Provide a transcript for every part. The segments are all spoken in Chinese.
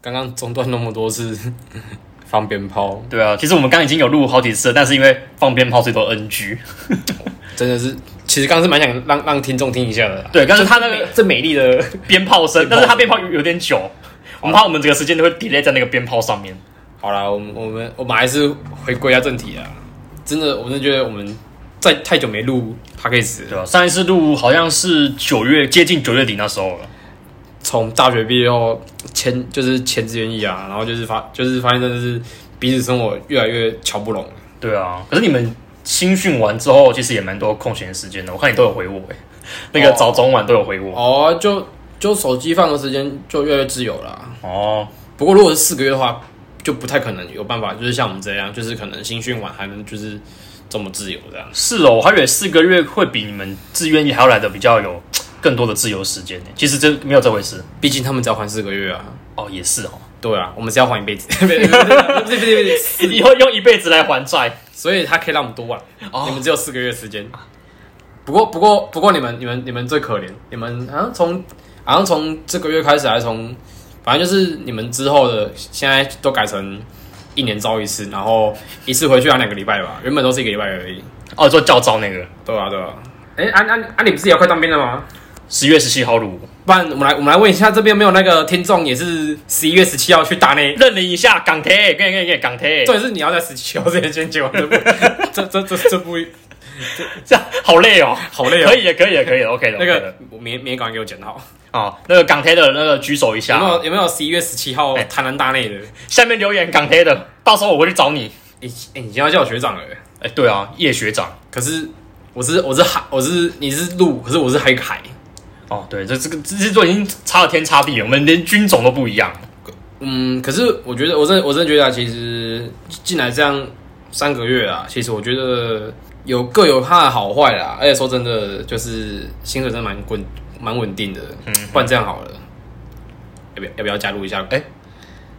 刚刚中断那么多次放鞭炮，对啊，其实我们刚刚已经有录好几次了，但是因为放鞭炮最多 NG。真的是，其实刚刚是蛮想让让听众听一下的啦。对，但是他那美个这美丽的，鞭炮声，但是他鞭炮有有点久，我们怕我们整个时间都会 delay 在那个鞭炮上面。 好啦，我们我们我们还是回归一下正题啊。真的，我真的觉得我们在太久没录 p a c k a g 对吧、啊上一次录好像是九月，接近九月底那时候了。从大学毕业后签就是签志愿意啊，然后就是发就是发现真的是彼此生活越来越瞧不拢了。对啊，可是你们新训完之后，其实也蛮多空闲时间的，我看你都有回我、欸， 那个哦早中晚都有回我。哦、就就手机放的时间就越来越自由啦。哦，不过如果是四个月的话，就不太可能有办法，就是像我们这样，就是可能新训完还能就是这么自由这样。是哦，我还以为四个月会比你们自愿意还要来的比较有更多的自由时间呢、其实这没有这回事。毕竟他们只要还四个月啊。哦，也是哦，对啊，我们是要还一辈子，不是不是不是不是不是， 以后用一辈子来还债。所以他可以让我们多玩。啊哦你们只有四个月时间。不过不过不过你们你们你们最可怜，你们好像从好像从这个月开始，还是从反正就是你们之后的现在都改成一年招一次，然后一次回去要两个礼拜吧，原本都是一个礼拜而已。哦，做教招那个，对啊对啊。哎、安安安，你不是也要快当兵了吗？十月十七号录，不然我们来我们来问一下，这边有没有那个听众也是十一月十七号去打呢？认领一下港铁，跟跟跟港铁，重点是你要在十七号之前先结完这 部，这这这这部这样好累哦，好累哦可以的，可以的，可以的，OK 的。那 OK 个的免免稿给我剪啊好。啊，那个港铁的那个举手有一没下，有有没有十一月十七号哎台南大内的？下面留言港铁的，到时候我会去找你。哎、哎，你现在叫我学长了，哎，对啊，叶学长。可是我是我是海，我是你是陆，可是我是海海。哦，对，这这个这这都已经差了天差地远，我们连军种都不一样。嗯，可是我觉得我真的我真的觉得、啊，其实进来这样三个月啊，其实我觉得有各有它的好坏啦。而且说真的，就是薪水真的蛮稳蛮稳定的。嗯，不然这样好了，要不要要不要加入一下？哎、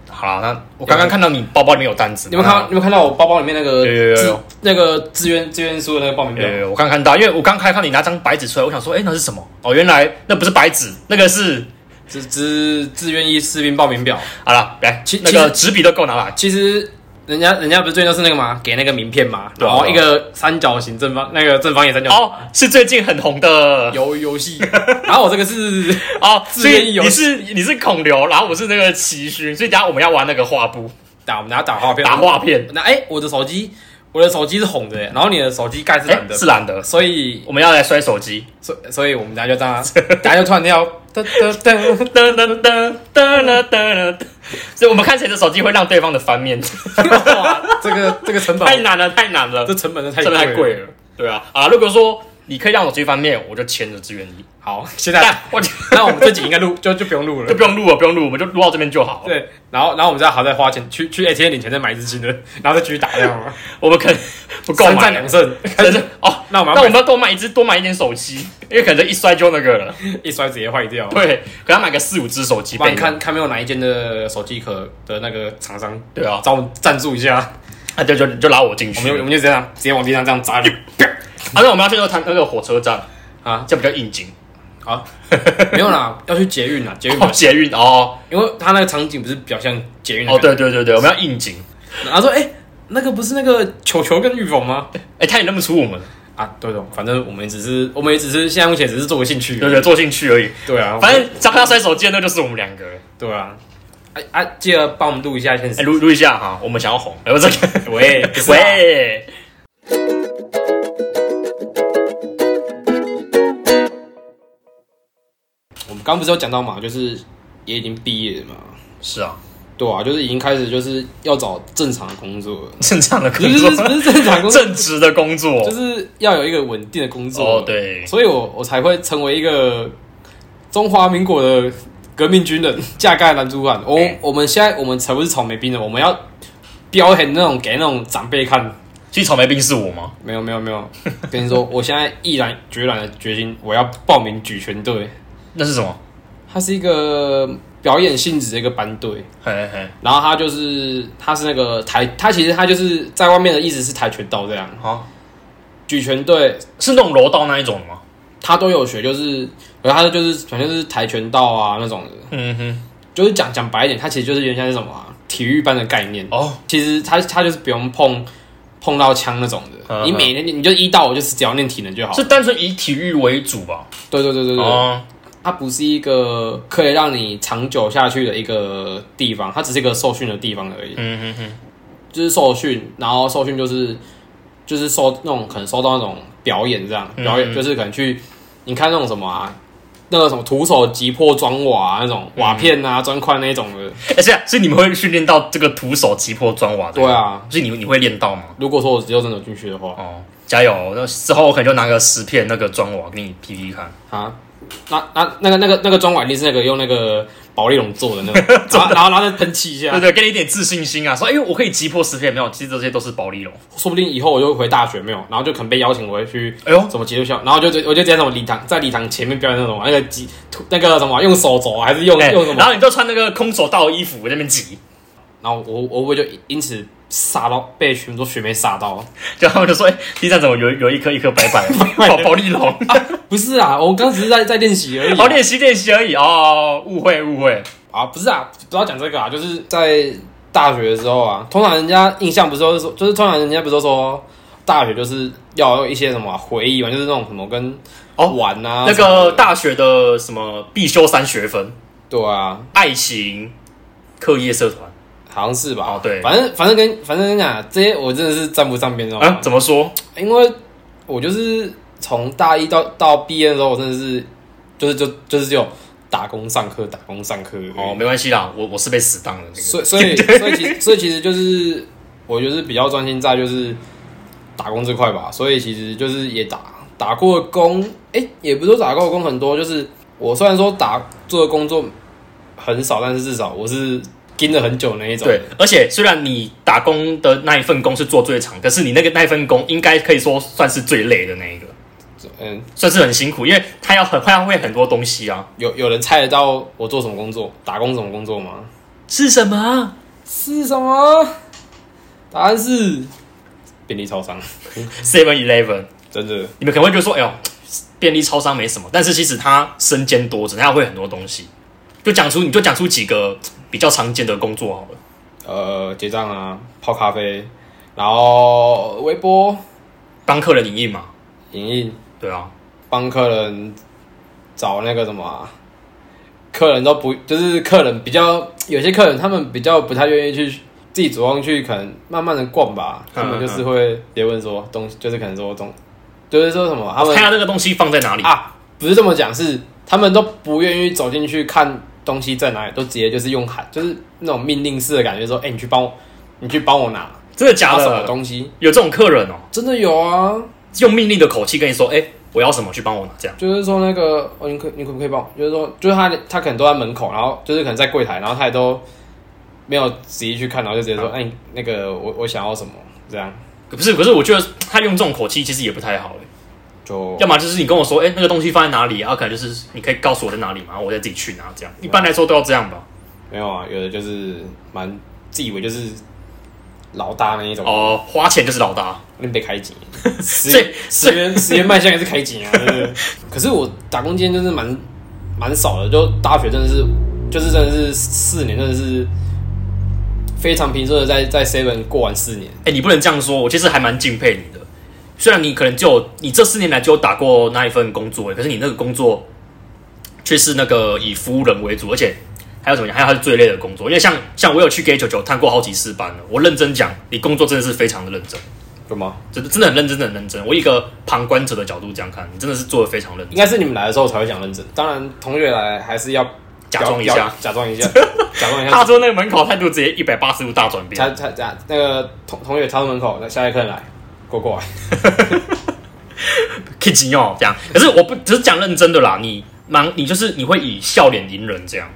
好啦，那我刚刚看到你包包里面有单子，你们看到你们看到我包包里面那个有有有志有那个志愿志愿书的那个报名表？呃，我刚看到，因为我刚看到你拿张白纸出来，我想说，哎、那是什么？哦，原来那不是白纸，那个是志志志愿役士兵报名表，好了，来其，那其个实纸笔都给我拿来。其实人家人家不是最近都是那个嘛，给那个名片嘛，对然啊后一个三角形正方，那个正方形三角形哦，是最近很红的游 游戏，然后我这个 是哦，所自愿以游你是你是孔刘，然后我是那个齐勋，所以等下我们要玩那个画布打我们拿打画片，打画片，那哎、我的手机我的手机是红的，然后你的手机盖是哎、蓝的，是蓝的，所以我们要来摔手机，所以所以我们大家就这样，大家就突然要噔噔噔，噔噔噔噔噔噔噔，所以我们看谁的手机会让对方的翻面，哇， 这个这个成太本，难了，太难了这，成本真的真的太太贵贵。了，对啊，啊，如果说你可以让我手机翻面，我就签了志愿役，好，现但 在我。那我们这集应该录就就不用录就了。不用录了，不用录，我们就录到这边就好。对，然后然后我们再好再花钱去去 ATM 领钱再买一支新的，然后再继续打，这样吗？我们可能不 够三买战两胜，真是哦。那我们那要买我们要多买一只，多买一点手机，因为可能一摔就那个了。一摔直接坏掉。 对，可能要买个四五只手机不然备看看没有哪一间的手机壳的那个厂商对啊，找我们赞助一下，啊就就就拉我进我去。们就我们就这样直接往地上这样砸就啊，那我们要去那个谈那个火车站啊，这样比较应景。好，没有啦，要去捷运啦，啊捷运哦嘛，，捷运哦因为它那个场景不是比较像捷运的哦，感觉。对对对对，我们要应景。然后说，哎，那个不是那个球球跟玉凤吗？哎，他也认不出我们，啊，对的，反正我们只是我们也只是现在目前只是做个兴趣对。对，坐进去而已。对啊，反正张他摔手机的那就是我们两个。对啊，哎啊，记得帮我们录一下现哎，实。录录一下哈，我们想要红。哎，我这个。喂不是啊 喂，我们刚不是有讲到嘛，就是也已经毕业了嘛，是啊，对啊，就是已经开始就是要找正常的工作了，正常的工不是作不是，不是正常工作，正职的工作，就是要有一个稳定的工作。哦，，对，所以我我才会成为一个中华民国的革命军人， 架盖男主汉。我哎我们现在我们才不是草莓兵呢，我们要表演那种给那种长辈看。所以草莓兵是我吗？没有没有没有，跟你说，我现在毅然决然的决心，我要报名举拳队。那是什么？它是一个表演性质的一个班队，嘿嘿，然后他就是他是那个跆，他其实他就是在外面的意思是跆拳道这样，好，举拳队是那种柔道那一种的吗？他都有学，就是然后他就是反正就是跆拳道啊那种的，嗯哼，就是讲讲白一点，它其实就是有点像是什么啊、体育班的概念。哦，其实它它就是不用碰碰到枪那种的，嗯你每天你就一到我就只要练体能就好。是单纯以体育为主吧？对对对对对，哦，它不是一个可以让你长久下去的一个地方，它只是一个受训的地方而已。嗯哼哼，就是受训，然后受训就是就是受那种可能受到那种表演这样，嗯表演就是可能去你看那种什么啊，那个什么徒手击破砖瓦、啊、那种瓦片啊、砖块那一种的。哎、是啊，所以你们会训练到这个徒手击破砖瓦？对，啊，所以你你会练到吗？如果说我只有真的有进去的话哦，加油！那之后我可能就拿个十片那个砖瓦给你 P P 看。啊，那那那个那个那个砖瓦一定是那个用那个保丽龙做的那 个，然后然后然后再喷漆一对下，对，给你一点自信心啊！说，哎、我可以击破十片，没有，其实这些都是保利龙。说不定以后我就回大学没有，然后就可能被邀请我会去哎呦，什么基督教，然后就我就直接那种礼堂，在礼堂前面表演那种那个几那个什么用手肘啊还是用哎、用什么然，后你就穿那个空手道的衣服在那边挤，然后我我我就因此杀到被全部学妹杀到，就他们就说，哎、地上怎么有有一颗一颗白 白的保保利龙？不是啊，我刚只是在在练习而已好啊练习练习而已哦，误会误会。啊不是啊，不要讲这个啊，就是在大学的时候啊，通常人家印象不是都是说，就是通常人家不是都说大学就是要有一些什么啊、回忆嘛，就是那种什么跟哦玩啊，那什么个大学的什么必修三学分，对啊，爱情、课业、社团好像是吧？哦对反正反正跟反正跟你讲，啊这些我真的是站不上边的、啊？怎么说？因为我就是从大一到到毕业的时候，我真的是就是就就是只有打工上课，打工上课而已哦，没关系啦，我我是被死当的那嗯所个。以所以所以其实所以其实就是我就是比较专心在就是打工这块吧，所以其实就是也打打过工，哎、也不是说打过工很多，就是我虽然说打做的工作很少，但是至少我是盯了很久那一种。对，而且虽然你打工的那一份工是做最长，可是你那个那一份工应该可以说算是最累的那一个，嗯，算是很辛苦，因为他要很他要会很多东西啊。有有人猜得到我做什么工作，打工什么工作吗？是什么啊？是什么？答案是便利超商， Seven Eleven，真的。你们可能会觉得说，哎呦，便利超商没什么，但是其实它身兼多职，它会很多东西。就讲出你就讲出几个比较常见的工作好了。呃，结账啊，泡咖啡，然后微波、帮客人营运嘛，影印，对啊，帮客人找那个什么啊、客人都不就是客人比较有些客人他们比较不太愿意去自己主动去，可能慢慢的逛吧，他们就是会直接问说东西，就是可能说东，就是说什么他们看下那个东西放在哪里。啊，不是这么讲，是他们都不愿意走进去看东西在哪里，都直接就是用喊，就是那种命令式的感觉，说：“哎、你去帮我，你去帮我拿真的假拿什么的？东西有这种客人哦、？”真的有啊，用命令的口气跟你说，哎、我要什么去帮我拿，这样。就是说那个，哦，你可你可不可以帮我？就是说，就是他他可能都在门口，然后就是可能在柜台，然后他也都没有仔细去看，然后就直啊接说：“哎、那个我我想要什么？”这样可不是，可是我觉得他用这种口气其实也不太好、欸。就要么就是你跟我说，哎、那个东西放在哪里啊？可能就是你可以告诉我在哪里嘛，我再自己去拿，这样。一般来说都要这样吧。没有啊，有的就是蛮自以为就是老大那一种，哦、花钱就是老大。那被开 紧。所以十十元十元卖相也是开 紧啊。对不对可是我打工经验真的是蛮蛮少的，就大学真的是就是真的是四年，真的是非常平顺的在在 Seven 过完四年。哎、你不能这样说，我其实还蛮敬佩你的。虽然你可能就有你这四年来就有打过那一份工作、欸可是你那个工作却是那个以服务人为主，而且还有怎么讲？还有它是最累的工作，因为像像我有去给九九探过好几次班了。我认真讲，你工作真的是非常的认真，有吗？真的真的很认真，真的很认真。我以一个旁观者的角度这样看，你真的是做的非常认应该真。是你们来的时候才会讲认真，当然同学来还是要假装一要下要假装一 下，假装一踏下。出那个门口，态度直接一百八十度大转变。他他他那个同同学插到门口，那下一个人来过过来， k i t 哦，这样。可是我不只是讲认真的啦，你忙，你就是你会以笑脸迎人这样。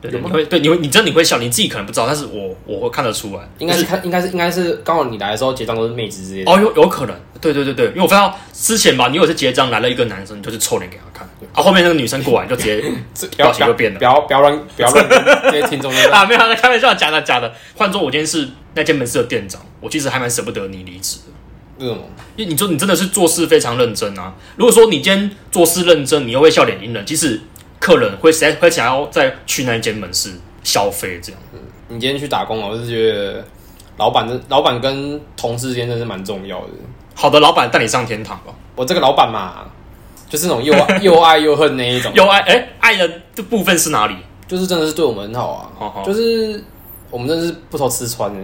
对，对有你吗会对你会你真的你会笑，你自己可能不知道，但是我我会看得出来，应该就是看应该是应该是刚好你来的时候结账都是妹子之类的，哦有有可能，对对对对，因为我发现之前吧，你有一次结账来了一个男生，你就是臭脸给他看，嗯啊后面那个女生过来你就直 接这不表情就变了不要不要乱不要乱跟这些听众那个啊没有 在开玩笑，假的假的。换做我今天是那间门市的店长，我其实还蛮舍不得你离职的。那种。因为你说你真的是做事非常认真啊。如果说你今天做事认真，你又会笑脸迎人，其实客人会谁会想要再去那一间门市消费这样。你今天去打工啊，我是觉得老板的老板跟同事之间真的是蛮重要的。好的老板带你上天堂哦吧。我这个老板嘛，就是那种又 爱又爱又恨那一种，有爱哎、爱的这部分是哪里？就是真的是对我们很好啊。好好就是我们真的是不愁吃穿的、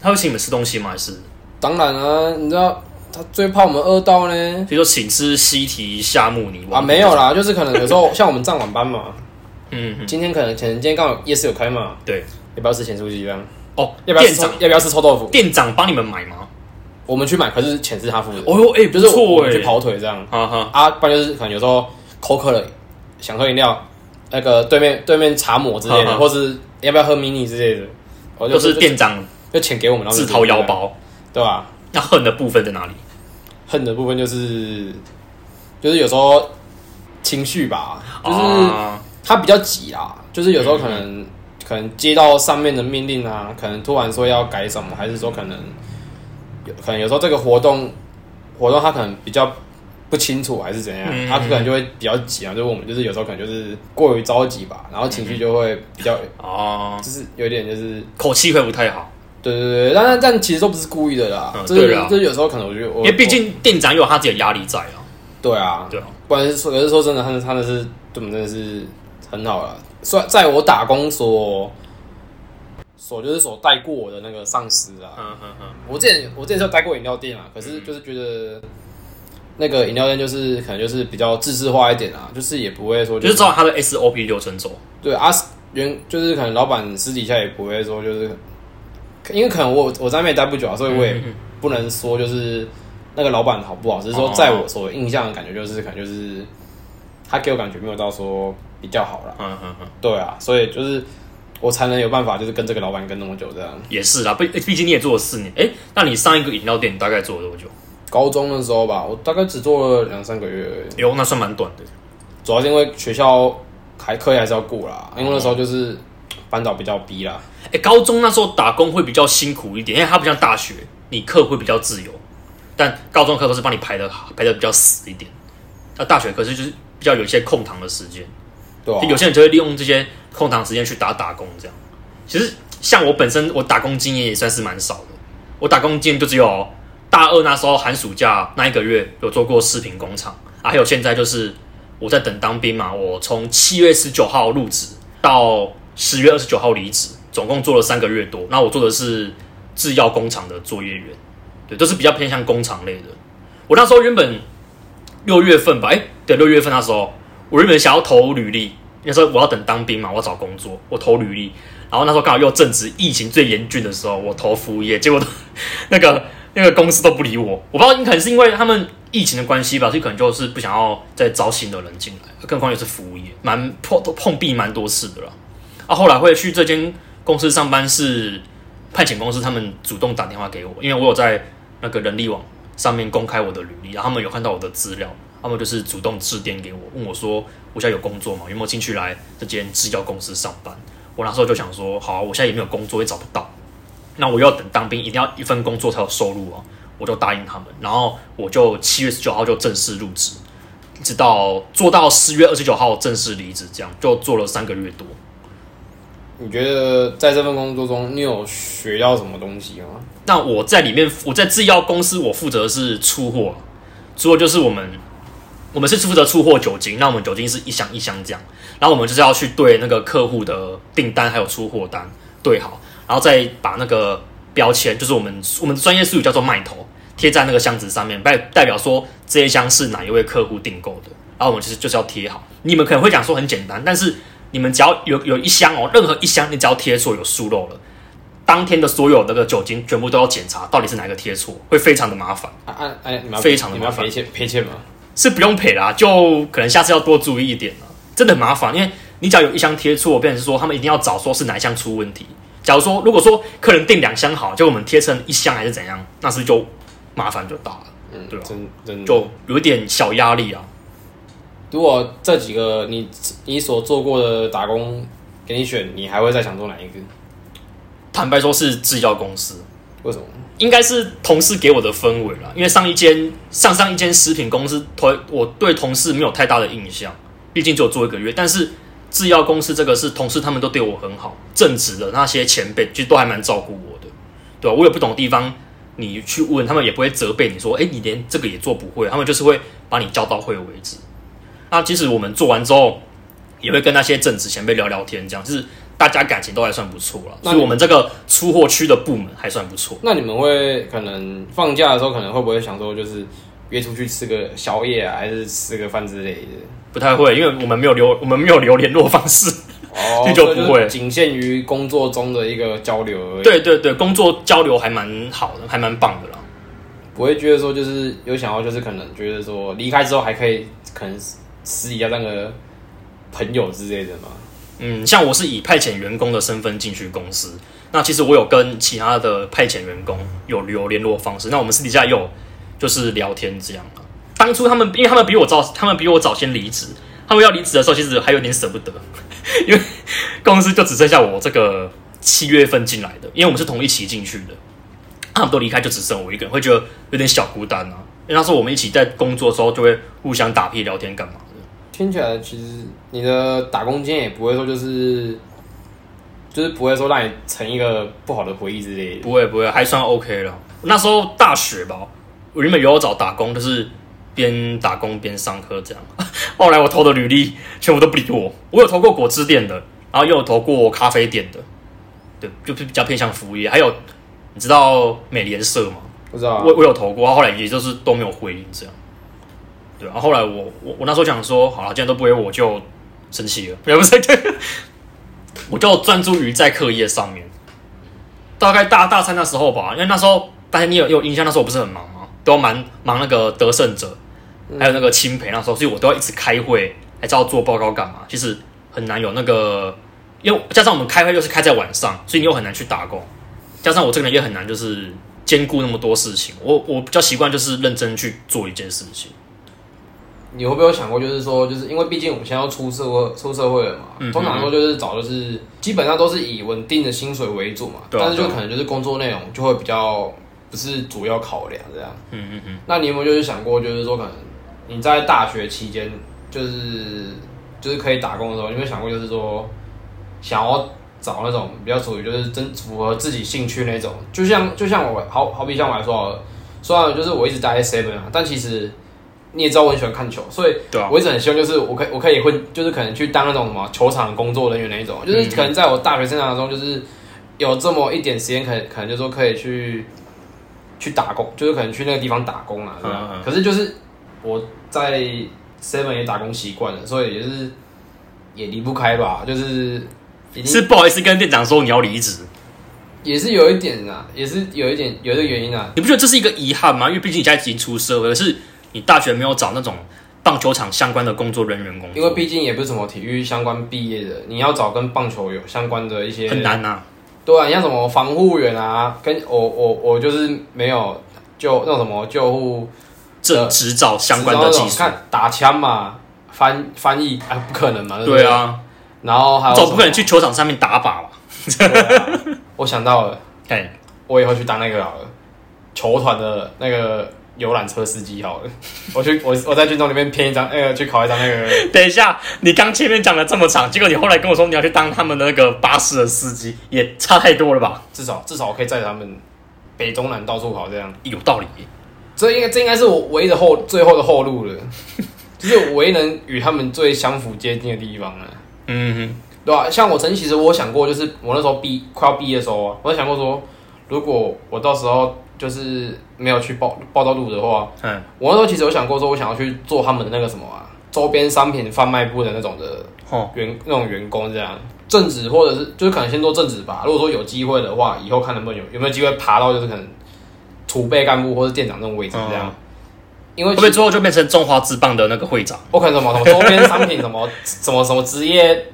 他会请你们吃东西吗？还是当然啊，你知道他最怕我们饿到呢比如说请吃西提夏目泥啊，丸没有啦，就是可能有时候 像我们上晚班嘛，嗯，嗯今天可能可能今天刚好夜市有开嘛，对。要不要吃咸酥鸡这样？哦，要不要店吃臭长要不要吃臭豆腐？店长帮你们买吗？我们去买，可是钱是他付的，哦哟，哎、就不是我错我哎、们去跑腿这样。哈哈，啊，不然就是可能有时候口渴了，想喝饮料，那个对面对面茶抹之类嗯的，嗯或是要不要喝 mini 之类的，我都是店长就钱给我们，然后自就掏腰，包。对吧？那恨的部分在哪里？恨的部分就是就是有时候情绪吧，就是啊、他比较急啦，就是有时候可嗯能可能接到上面的命令啊，可能突然说要改什么，还是说可能有可能有时候这个活动活动他可能比较不清楚还是怎样，嗯他可能就会比较急啊，就我们就是有时候可能就是过于着急吧，然后情绪就会比较哦，就是有点就是口气会不太好，对对对，但但其实都不是故意的啦，嗯就是对啦就是有时候可能我觉得我因为毕竟店长有他自己的压力在啊。对啊，对啊，不然是说，可是说真的，他们他们是对我们真的是很好了。算在我打工所所就是所带过我的那个上司啊，嗯嗯嗯，我之前我之前是有待过饮料店啊，可是就是觉得那个饮料店就是可能就是比较自治化一点啊，就是也不会说就是照他的 SOP 流程走。对啊，原就是可能老板私底下也不会说就是，因为可能我我在那边也待不久啊，所以我也嗯嗯不能说就是那个老板好不好，只是说哦在我所印象的感觉就是可能就是他给我感觉没有到说比较好啦，嗯嗯嗯，对啊，所以就是我才能有办法就是跟这个老板跟那么久这样。也是啊啦，毕毕竟你也做了四年。哎、那你上一个饮料店你大概做了多久？高中的时候吧，我大概只做了两三个月而已，哟，那算蛮短的。主要是因为学校还课业还是要顾啦，因为那时候就是班导比较逼啦。哎、高中那时候打工会比较辛苦一点，因为它不像大学，你课会比较自由，但高中课都是帮你排的排的比较死一点。那大学可是就是比较有一些空堂的时间，对啊就，有些人就会利用这些空堂时间去打打工这样。其实像我本身，我打工经验也算是蛮少的，我打工经验就只有大二那时候寒暑假那一个月有做过视频工厂啊，还有现在就是我在等当兵嘛，我从七月十九号入职到十月二十九号离职，总共做了三个月多。那我做的是制药工厂的作业员，对，都是比较偏向工厂类的。我那时候原本六月份吧，哎、对，六月份那时候我原本想要投履历，那时候我要等当兵嘛，我要找工作，我投履历。然后那时候刚好又正值疫情最严峻的时候，我投服务业，结果都 那个那个公司都不理我。我不知道，可能是因为他们疫情的关系吧，所以可能就是不想要再招新的人进来，更何况又是服务业，蛮碰都碰壁蛮多次的啦。啊，后来会去这间公司上班是派遣公司，他们主动打电话给我，因为我有在那个人力网上面公开我的履历，然后他们有看到我的资料，他们就是主动致电给我，问我说我现在有工作吗？有没有进去来这间制药公司上班？我那时候就想说，好啊、我现在也没有工作，也找不到，那我又要等当兵，一定要一份工作才有收入啊，我就答应他们，然后我就七月十九号就正式入职，一直到做到十月二十九号正式离职，这样就做了三个月多。你觉得在这份工作中，你有学到什么东西吗？那我在里面，我在制药公司，我负责的是出货，出货就是我们，我们是负责出货酒精，那我们酒精是一箱一箱这样，然后我们就是要去对那个客户的订单还有出货单对好，然后再把那个标签，就是我们我们专业术语叫做卖头，贴在那个箱子上面，代代表说这一箱是哪一位客户订购的，然后我们就是就是要贴好。你们可能会讲说很简单，但是你们只要有有一箱哦，任何一箱你只要贴错有疏漏了。当天的所有那个酒精全部都要检查，到底是哪一个贴错，会非常的麻烦，啊啊哎，你们要非常的你们要麻烦赔钱赔钱吗？是不用赔啦、就可能下次要多注意一点了、真的很麻烦，因为你只要有一箱贴错，变成是说他们一定要找说是哪一箱出问题。假如说如果说客人订两箱好，就我们贴成一箱还是怎样，那是不是就麻烦就大了，嗯，对啊真真的就有一点小压力啊。如果这几个你你所做过的打工给你选，你还会再想做哪一个？坦白说，是制药公司，为什么？应该是同事给我的氛围啦，因为上一间上上一间食品公司，同我对同事没有太大的印象，毕竟只有做一个月。但是制药公司这个是同事他们都对我很好，正直的那些前辈其实都还蛮照顾我的，对吧、我有不懂的地方，你去问他们也不会责备你说，哎、你连这个也做不会，他们就是会把你教到会为止。那即使我们做完之后，也会跟那些正直前辈聊聊天，这样就是大家感情都还算不错了。那所你以我们这个出货区的部门还算不错。那你们会可能放假的时候，可能会不会想说，就是约出去吃个宵夜啊，还是吃个饭之类的？不太会，因为我们没有留我们没有留联络方式。哦 这就不会所以是仅限于工作中的一个交流而已。，对对对，工作交流还蛮好的，还蛮棒的啦。不会觉得说就是有想要，就是可能觉得说离开之后还可以可能私底下当个朋友之类的嘛。嗯，像我是以派遣员工的身份进去公司，那其实我有跟其他的派遣员工有留联络方式，那我们私底下也有就是聊天这样啊。当初他们，因为他们比我早，他们比我早先离职，他们要离职的时候，其实还有点舍不得， 因为公司就只剩下我这个七月份进来的，因为我们是同一期进去的，他们都离开，就只剩我一个人，会觉得有点小孤单啊。因为那时候我们一起在工作的时候，就会互相打屁聊天干嘛的。听起来其实你的打工经验也不会说就是就是不会说让你成一个不好的回忆之类的。不会不会，还算 OK 了。那时候大学吧，我原本有找打工，就是边打工边上课这样。 后来我投的履历全部都不理我，我有投过果汁店的，然后又有投过咖啡店的，对，就是比较偏向服务业。还有你知道美联社吗？不知道啊我我有投过，后来也就是都没有回应这样。对，啊然后后来我我我那时候想说，好了，既然都不回我，就生气了，也不是， 我就专注于在课业上面。大概大大三那时候吧，因为那时候大家你有有印象，那时候我不是很忙吗？都蛮忙那个得胜者，还有那个钦培那时候，所以我都要一直开会，还知道做报告干嘛，其实很难有那个，因为加上我们开会又是开在晚上，所以你又很难去打工。加上我这个人也很难就是兼顾那么多事情，我我比较习惯就是认真去做一件事情。你会不会有想过，就是说，就是因为毕竟我们现在要出社会，出社会了嘛，嗯通常说就是找就是基本上都是以稳定的薪水为主嘛，对啊但是就对啊可能就是工作内容就会比较不是主要考量这样。嗯嗯嗯。那你有没有就是想过，就是说可能你在大学期间，就是就是可以打工的时候，你有没有想过就是说想要找那种比较属于就是真符合自己兴趣那种？就像就像我好好比像我来说好了，虽然就是我一直待在 seven 啊，但其实。你也知道我很喜欢看球，所以对啊我一直很希望就是我可以我可以混，就是可能去当那种什么球场工作人员那一种，就是嗯可能在我大学生涯中，就是有这么一点时间，可能可能就说可以去去打工，就是可能去那个地方打工啊。这样嗯嗯可是就是我在 Seven 也打工习惯了，所以也是也离不开吧，就是已经是不好意思跟店长说你要离职，也是有一点啊，也是有一点有一个原因啊。你不觉得这是一个遗憾吗？因为毕竟你现在已经出社会了，可是你大学没有找那种棒球场相关的工作人员工因为作，毕竟也不是什么体育相关毕业的，你要找跟棒球有相关的一些很难啊。对啊，你像什么防护员啊，跟我我我就是没有救那种什么救护这呃执照相关的技你知术道，那种看打枪嘛，翻翻译啊，不可能嘛，不对，啊，然后还有总不可能什去球场上面打靶吧？么。 对啊我想到了，哎，我以后去当那个好了，球团的那个游览车司机好了。 我去我我在军中里面编一张，那个去考一张那个等一下，你刚前面讲了这么长，结果你后来跟我说你要去当他们的那个巴士的司机，也差太多了吧？至少至少我可以载着他们北中南到处跑这样。有道理耶。这应该这应该是我唯一的后最后的后路了， 就是我唯一能与他们最相符接近的地方了。嗯哼。对啊，像我曾经其实我有想过，就是我那时候毕快要毕业的时候啊，我有想过说，如果我到时候就是没有去报报道路的话，嗯，我那时候其实有想过说，我想要去做他们的那个什么啊，周边商品贩卖部的那种的哦，员那种员工这样，正职或者是就是可能先做正职吧。如果说有机会的话，以后看能不能有有没有机会爬到就是可能储备干部或是店长那种位置这样，嗯因为会不会最后就变成中华之棒的那个会长？我可能什么什么周边商品，什么 什么什么职业，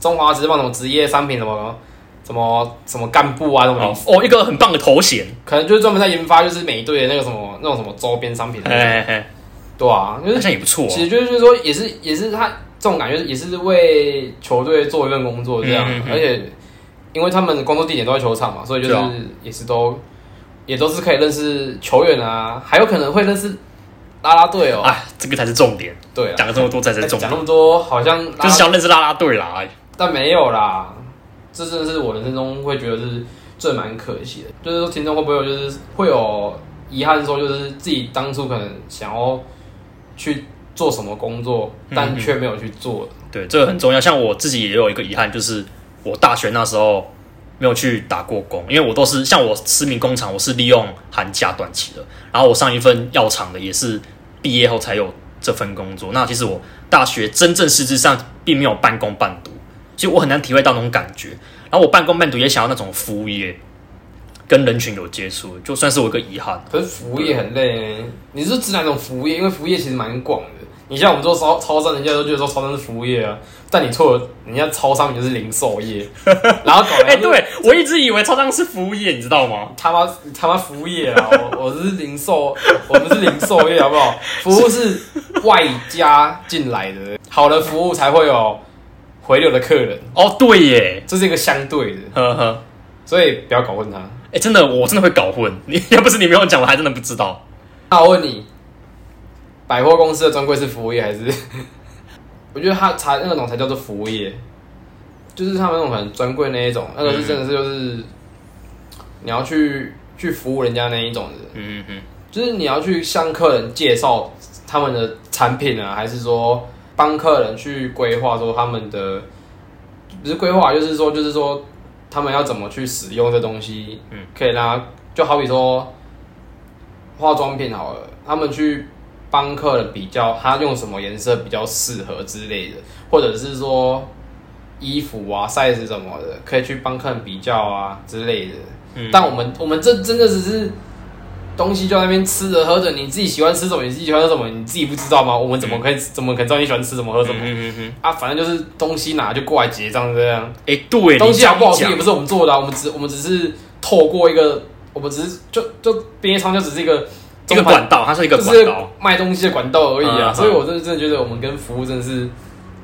中华职棒什么职业商品，什么什么什么干部啊，什么哦，哦，一个很棒的头衔。可能就是专门在研发，就是每一队的那个什么那种什么周边商品，哎哎，对啊，就好是像也不错、其哦。实就是说也是也是他这种感觉也是为球队做一份工作这样嗯嗯，嗯而且因为他们的工作地点都在球场嘛，所以就是对啊也是都也都是可以认识球员啊，还有可能会认识啦啦队哦，哎，这个才是重点。对啊，讲了这么多，这才是哎重讲点那，么多好像拉就是想认识啦啦队啦。哎但没有啦，这真的是我人生中会觉得是最蛮可惜的。就是说，听众会不会有就是会有遗憾，说就是自己当初可能想要去做什么工作，嗯但却没有去做。对，这个很重要。像我自己也有一个遗憾，就是我大学那时候没有去打过工，因为我都是像我私民工厂，我是利用寒假短期的。然后我上一份药厂的也是毕业后才有这份工作。那其实我大学真正实质上并没有半工半读，所以我很难体会到那种感觉。然后我半工半读也想要那种服务业，跟人群有接触，就算是我一个遗憾。可是服务业很累、你是指哪种服务业？因为服务业其实蛮广的。你像我们做超超商，人家都觉得说超商是服务业啊，但你错了，人家超商就是零售 业，然后搞得哎、对我一直以为超商是服务业，你知道吗？他妈他妈服务业啊！我我是零售，我们是零售业，好不好？服务是外加进来的，好的服务才会有回流的客人，哦，对耶，这是一个相对的，呵呵。所以不要搞混它。哎、真的，我真的会搞混。你 要不是你没有讲，我还真的不知道。那我问你，百货公司的专柜是服务业还是？ 我觉得他才那种才叫做服务业，就是他们那种很专柜那一种，那个是真的是就是你要去去服务人家那一种的。嗯嗯就是你要去向客人介绍他们的产品啊，还是说帮客人去规划说他们的，不是规划，就是说就是说他们要怎么去使用这东西，嗯，可以让他就好比说化妆品好了，他们去帮客人比较他用什么颜色比较适合之类的，或者是说衣服啊、size 什么的，可以去帮客人比较啊之类的。嗯但我们我们这真的只是东西就在那边吃着喝着，你自己喜欢吃什么，你自己喜欢喝什么，你自己不知道吗？我们怎么可以、怎么可能知道你喜欢吃什么喝什嗯么、嗯嗯。啊？反正就是东西拿就过来结账这样，哎、对，东西好不好吃你也不这样讲是我们做的、啊，我们只我们只是透过一个，我们只是就就便利商就只是一个一个管道，它是一个就管是道。卖东西的管道而已啊。嗯嗯所以我真的真的觉得我们跟服务真的是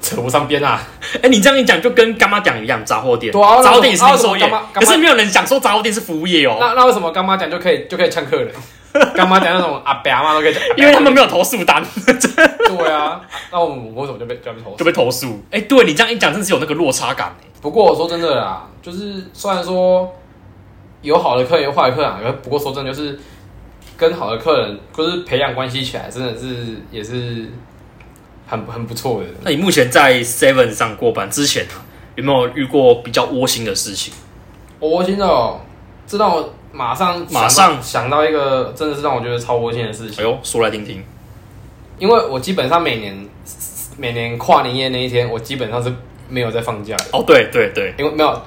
扯不上边啊。哎、你这样一讲，就跟干妈讲一样，杂货店，对啊杂货店也是那为零什么售业干妈，干可妈是没有人讲说杂货店是服务业哦、那那为什么干妈讲就可以就可以呛客人？干妈讲那种阿伯阿妈都可以讲，因为他们没有投诉单 对啊，那我们为什么就被就被投就诉？被投诉。哎、对你这样一讲，真是有那个落差感、哎不过我说真的啦，就是虽然说有好的客人，有坏的客人啊，不过说真的，就是跟好的客人就是培养关系起来，真的是也是很很不错的。那你目前在 Seven 上过班之前啊，有没有遇过比较窝心的事情？我窝心的哦，这让我马上想到马上想到一个真的是让我觉得超窝心的事情。哎呦，说来听听。因为我基本上每年每年跨年夜那一天，我基本上是没有在放假的，哦，对对对，因为没有，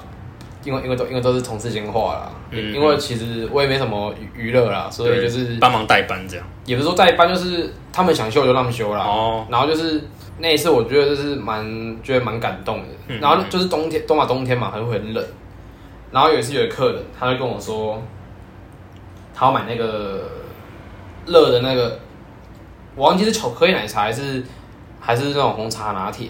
因为因为都因为都是同事先化啦，嗯因为其实我也没什么娱娱乐啦，所以就是帮忙代班这样。也不是说代班，就是他们想休就让他们休啦。哦然后就是那一次，我觉得就是蛮觉得蛮感动的。嗯然后就是冬天，东马冬天嘛，还会很冷。然后有一次有个客人，他就跟我说，他要买那个热的那个，我忘记是巧克力奶茶还是还是那种红茶拿铁。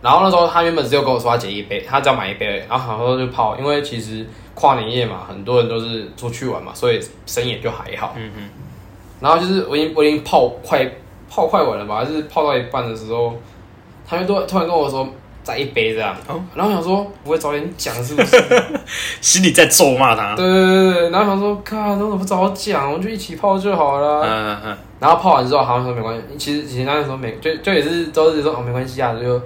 然后那时候他原本只有跟我说他解一杯，他只要买一杯而已，然后好像就泡，因为其实跨年夜嘛，很多人都是出去玩嘛，所以生意也就还好。嗯嗯。然后就是我已经我已经泡快泡快完了吧，还是泡到一半的时候，他就突突然跟我说再一杯这样，哦然后我想说不会早点讲是 不是？心里在咒骂他。对啊对对对，然后想说看我怎么不早讲，我们就一起泡就好了。嗯嗯然后泡完之后，好像说没关系，其实其实那时候没就就也是都是说哦没关系啊，就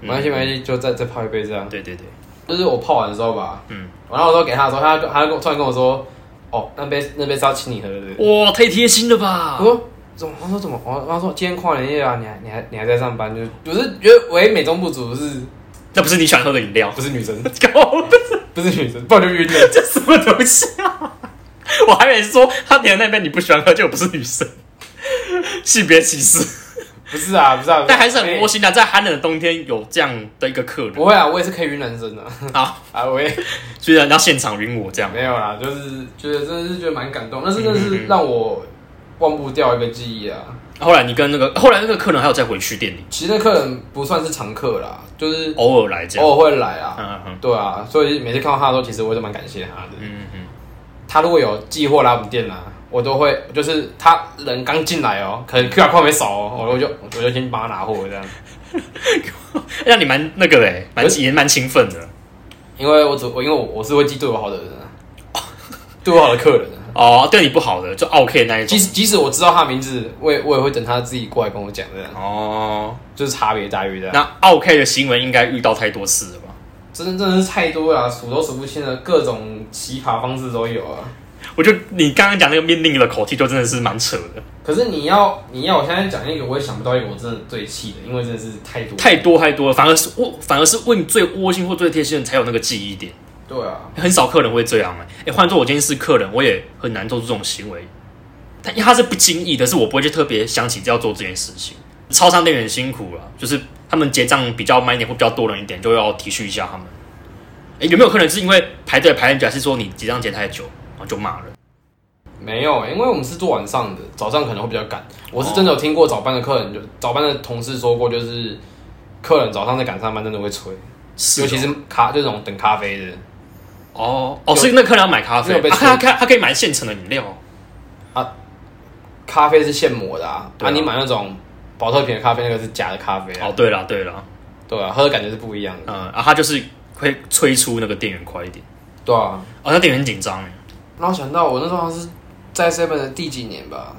没关系没关系，就再再泡一杯这样嗯，。对对对，就是我泡完的时候吧，嗯，然后我说给他的时候，他就他就跟我突然跟我说，哦那杯那杯是要请你喝的。哇，太贴心了吧我！说怎么？我说怎么？我他说今天跨年夜啊，你还你还你还在上班，就我是觉得唯一美中不足的是那不是你喜欢喝的饮料， 不是女生， 搞不是女生，不然就晕了。这什么东西啊？我还以为是说他点的那杯你不喜欢喝，就不是女生，性别歧视。不是啊，不是啊，不啊但还是很窝心的，在寒冷的冬天有这样的一个客人不会啊，我也是可以晕男生的 啊，啊，我也所以人家现场晕我这样。没有啦，就是觉得真的是觉得蛮感动，但是嗯真的嗯是嗯让我忘不掉一个记忆啊。后来你跟那个后来那个客人还有再回去店里，其实那客人不算是常客啦，就是偶尔来这样。偶尔会来啊，嗯嗯对啊，所以每次看到他的时候，其实我都蛮感谢他的。嗯嗯他如果有寄货来我们店啦、啊我都会就是他人刚进来哦，可能 QR code 没扫哦，我就我就先帮他拿货这样，让你蛮哎那个嘞，蛮可是也蛮勤奋的因为我只我因为我我是会记对我好的人啊，对我好的客人啊。哦，对你不好的就 OK 那一即种使即使我知道他的名字，我也我也会等他自己过来跟我讲这样，哦。就是差别待遇这样。那 OK 的行为应该遇到太多次了吧？真的真的是太多了啊，数都数不清了，各种奇葩方式都有啊。我就你刚刚讲那个命令的口气，就真的是蛮扯的，可是你要你要我现在讲一个，我也想不到一个我真的最气的，因为真的是太多。太多太多了，反而是我反而是问最窝心或最贴心的人才有那个记忆点，对啊，很少客人会这样哎、欸。换做我今天是客人，我也很难做出这种行为，但因为他是不经意的，是我不会去特别想起要做这件事情。超商店员辛苦了，就是他们结账比较慢一点或比较多人一点，就要体恤一下他们。哎、有没有客人是因为排队排很久，还是说你结账结太久，然后就骂人？没有、因为我们是做晚上的，早上可能会比较赶。我是真的有听过早班的客人，就早班的同事说过，就是客人早上在赶上班真的会催，尤其哦是咖这种等咖啡的哦哦，所以那客人要买咖啡，没有被啊、催他他他可以买现成的饮料哦。咖啡是现磨的啊，对啊啊你买那种保特瓶的咖啡，那个是假的咖啡啊，哦，对了对了，对啊，喝的感觉是不一样的，嗯，啊，他就是会催促那个店员快一点。对啊。哦，那店员很紧张哎，然后想到我那时候好像是在 Seven 的第几年吧，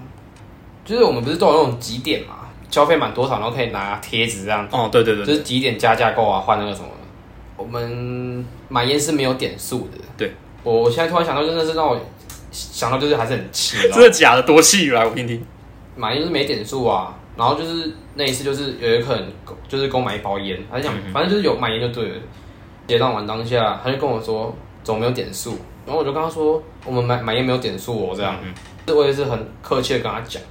就是我们不是都有那种几点嘛，消费满多少，然后可以拿贴纸这样，哦，对对对就对是几点加价购啊，换那个什么的。我们买烟是没有点数的。对，我我现在突然想到，真的是让我想到就是还是很气，然真的假的？多气来，我听听。买烟就是没点数啊。然后就是那一次，就是有一个客人就是跟我买一包烟，他就想嗯哼反正就是有买烟就对了。结账完当下，他就跟我说怎么没有点数，然后我就跟他说我们买买烟没有点数哦，这样。嗯我也是很客气的跟他讲，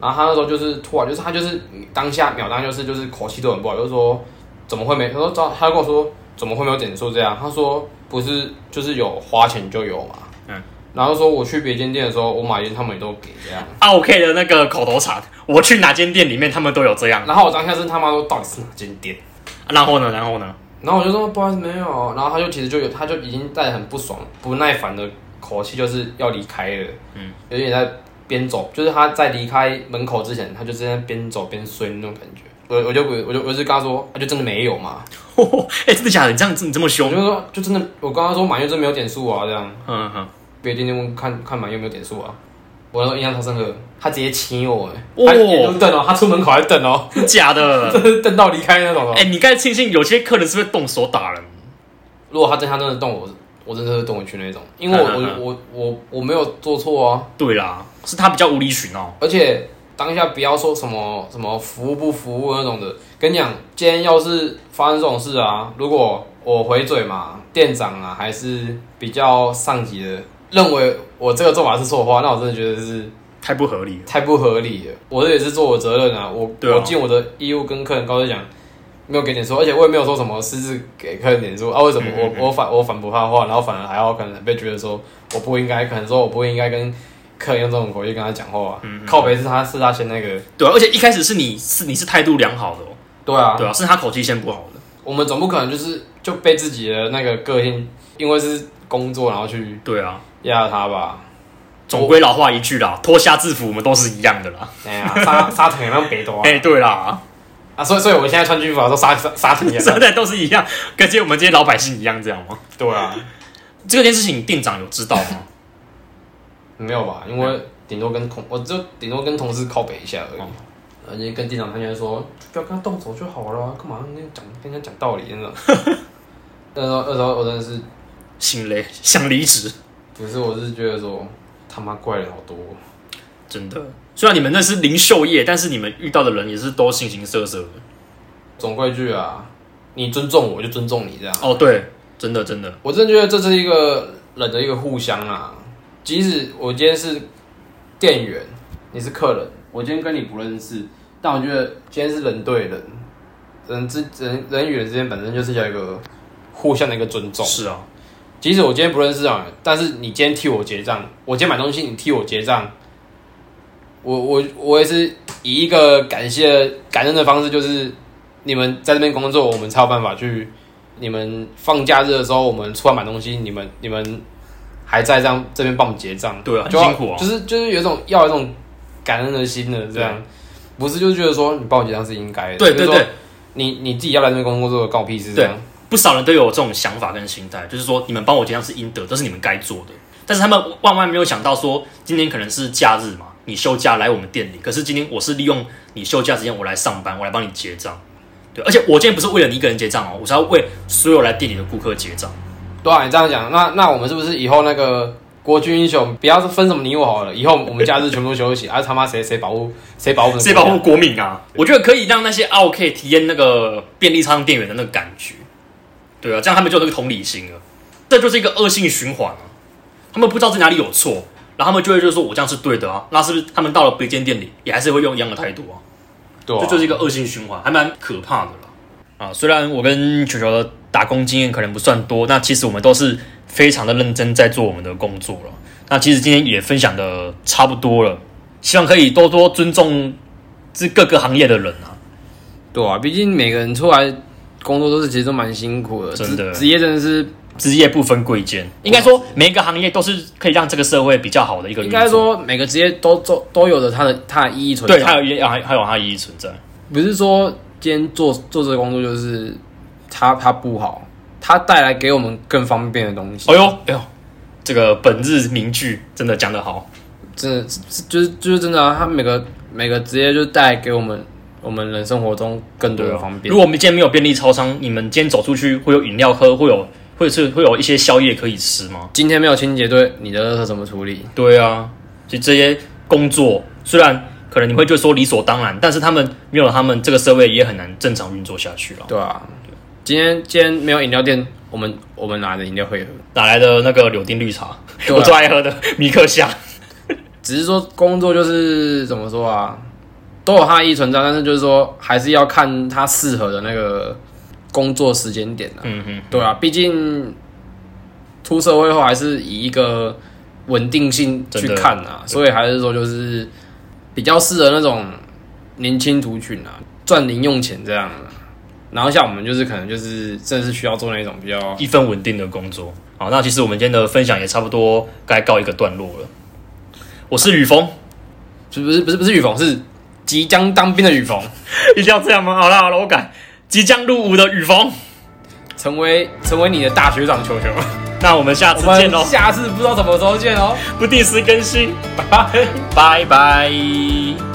然后他那时候就是突然就是他就是当下秒当就是就是口气都很不好，就说怎么会没？他说找他跟我说怎么会没有点数这样？他说不是就是有花钱就有嘛，嗯，然后说我去别间店的时候我买烟他们也都给这样。啊，OK 的那个口头禅，我去哪间店里面，他们都有这样。然后我当下是他妈说到底是哪间店？啊然后呢，然后呢？ 然后我就说不好意思没有，然后他就其实就有他就已经带着很不爽不耐烦的口气就是要离开了，嗯，有点在边走，就是他在离开门口之前，他就在那边走边睡那种感觉。我我就我就我就跟他说，啊、就真的没有嘛，哎、真的假的？你这样子你这么我凶就？说就真的，我刚刚说满月真没有点数啊，这样，嗯嗯，别今天问看看满月有没有点数啊。我那时候印象超深刻，他直接亲我、欸，哦他眼睛瞪哦，他出门口还瞪哦， 真的嗯假的？瞪到离开那种哦。哎、你刚才庆幸有些客人是会动手打人，如果他真他真的动我，我真的是动回去那种，因为我嗯嗯嗯我我我我没有做错啊，对啦，是他比较无理取闹。而且当下不要说什么什么服务不服务那种的，跟你讲，今天要是发生这种事啊，如果我回嘴嘛，店长啊还是比较上级的，认为我这个做法是错的话，那我真的觉得是太不合理了，太不合理了。我这也是做我责任啊，我、对啊我尽我的义务跟客人高诉讲，没有给点数，而且我也没有说什么私自给客人点数啊。为什嗯么我我反我反驳他的话，然后反而还要可能被觉得说我不应该，可能说我不应该跟客人用这种口气跟他讲话、啊。嗯靠北是他是他先那个，对啊、而且一开始是你是你是态度良好的、哦，对啊，对啊，是他口气先不好的。我们总不可能就是就被自己的那个个性，因为是工作然后去对啊，压他吧。总归老话一句啦，脱下制服我们都是一样的啦。哎呀， 沙沙藤也让北多啊哎、！对啦，啊，所以所以我现在穿军服的时候沙沙沙 藤也让真的都是一样，跟这些我们这些老百姓一样这样吗？对啊，这件事情店长有知道 吗？没有吧？因为顶多跟同我就顶多跟同事靠北一下而已哦。而且跟店长他就说，就不要跟他动手就好了啊，干嘛跟人家讲跟人家讲道理那种。那时候那时候我真的是心累，想离职，不是我是觉得说他妈怪人好多，真的。虽然你们那是零售业，但是你们遇到的人也是都形形色色的。总归一句啊，你尊重我就尊重你这样。哦，对，真的真的，我真的觉得这是一个人的一个互相啊。即使我今天是店员，你是客人，我今天跟你不认识，但我觉得今天是人对人，人之人人与人之间本身就是要有一个互相的一个尊重。是啊，即使我今天不认识啊，但是你今天替我结账，我今天买东西你替我结账，我我我也是以一个感谢感恩的方式，就是你们在这边工作，我们才有办法去。你们放假日的时候，我们出来买东西，你们你们还在这样这边帮我们结账，对啊就要很辛苦啊就是就是有一种要有一种感恩的心的这样，不是就是觉得说你帮我结账是应该的，对对就是说对，你你自己要来这边工作的，告我屁事这样，不少人都有这种想法跟心态，就是说你们帮我结账是应得，这是你们该做的。但是他们万万没有想到说，今天可能是假日嘛，你休假来我们店里，可是今天我是利用你休假时间我来上班，我来帮你结账。对，而且我今天不是为了你一个人结账哦，我是要为所有来店里的顾客结账。对啊，你这样讲，那那我们是不是以后那个国军英雄不要是分什么你我好了，以后我们假日全部休息，啊他妈谁谁保护谁保护我们的谁国保家护国民啊？我觉得可以让那些 OK 体验那个便利商店员的那个感觉，对啊，这样他们就有那个同理心了。这就是一个恶性循环啊！他们不知道自己哪里有错，然后他们就会就说我这样是对的啊，那是不是他们到了别间店里也还是会用一样的态度啊？对啊这就是一个恶性循环，还蛮可怕的啦。啊，虽然我跟球球的打工经验可能不算多，那其实我们都是非常的认真在做我们的工作了。那其实今天也分享的差不多了，希望可以多多尊重这各个行业的人啊。对啊，毕竟每个人出来工作都是其实都蛮辛苦的，真的职职业真的是职业不分贵贱，应该说每一个行业都是可以让这个社会比较好的一个运应作。该说每个职业都都都有着它的它的意义存在，对，啊它有也还还有它的意义存在。不是说今天做做这个工作就是它它不好，它带来给我们更方便的东西。哎呦哎呦，这个本日名句真的讲得好。真的是是就是就是真的啊！它每个每个职业就带来给我们我们人生活中更多对的啊，方便。如果我们今天没有便利超商，你们今天走出去会有饮料喝，会有或者是会有一些宵夜可以吃吗？今天没有清洁队，你的垃圾怎么处理？对啊，就这些工作虽然可能你会就说理所当然，但是他们没有他们这个社会也很难正常运作下去了。对啊，今天今天没有饮料店，我们我们拿着饮料会喝。哪来的那个柳丁绿茶？对啊我最爱喝的米克夏。只是说工作就是怎么说啊，都有它的意义存在，但是就是说还是要看它适合的那个工作时间点啊。嗯哼，对啊，毕竟出社会后还是以一个稳定性去看啊，所以还是说就是比较适合那种年轻族群啊，赚零用钱这样、啊。然后像我们就是可能就是真的是需要做那种比较一份稳定的工作。好，那其实我们今天的分享也差不多该告一个段落了。我是雨峰，不是不是不是不是雨逢是即将当兵的雨逢， 一定要这样吗？好啦好啦，我改。即将入伍的雨峰，成为成为你的大学长球球。那我们下次我见喽们。下次不知道什么时候见哦，不定时更新，拜拜。拜拜。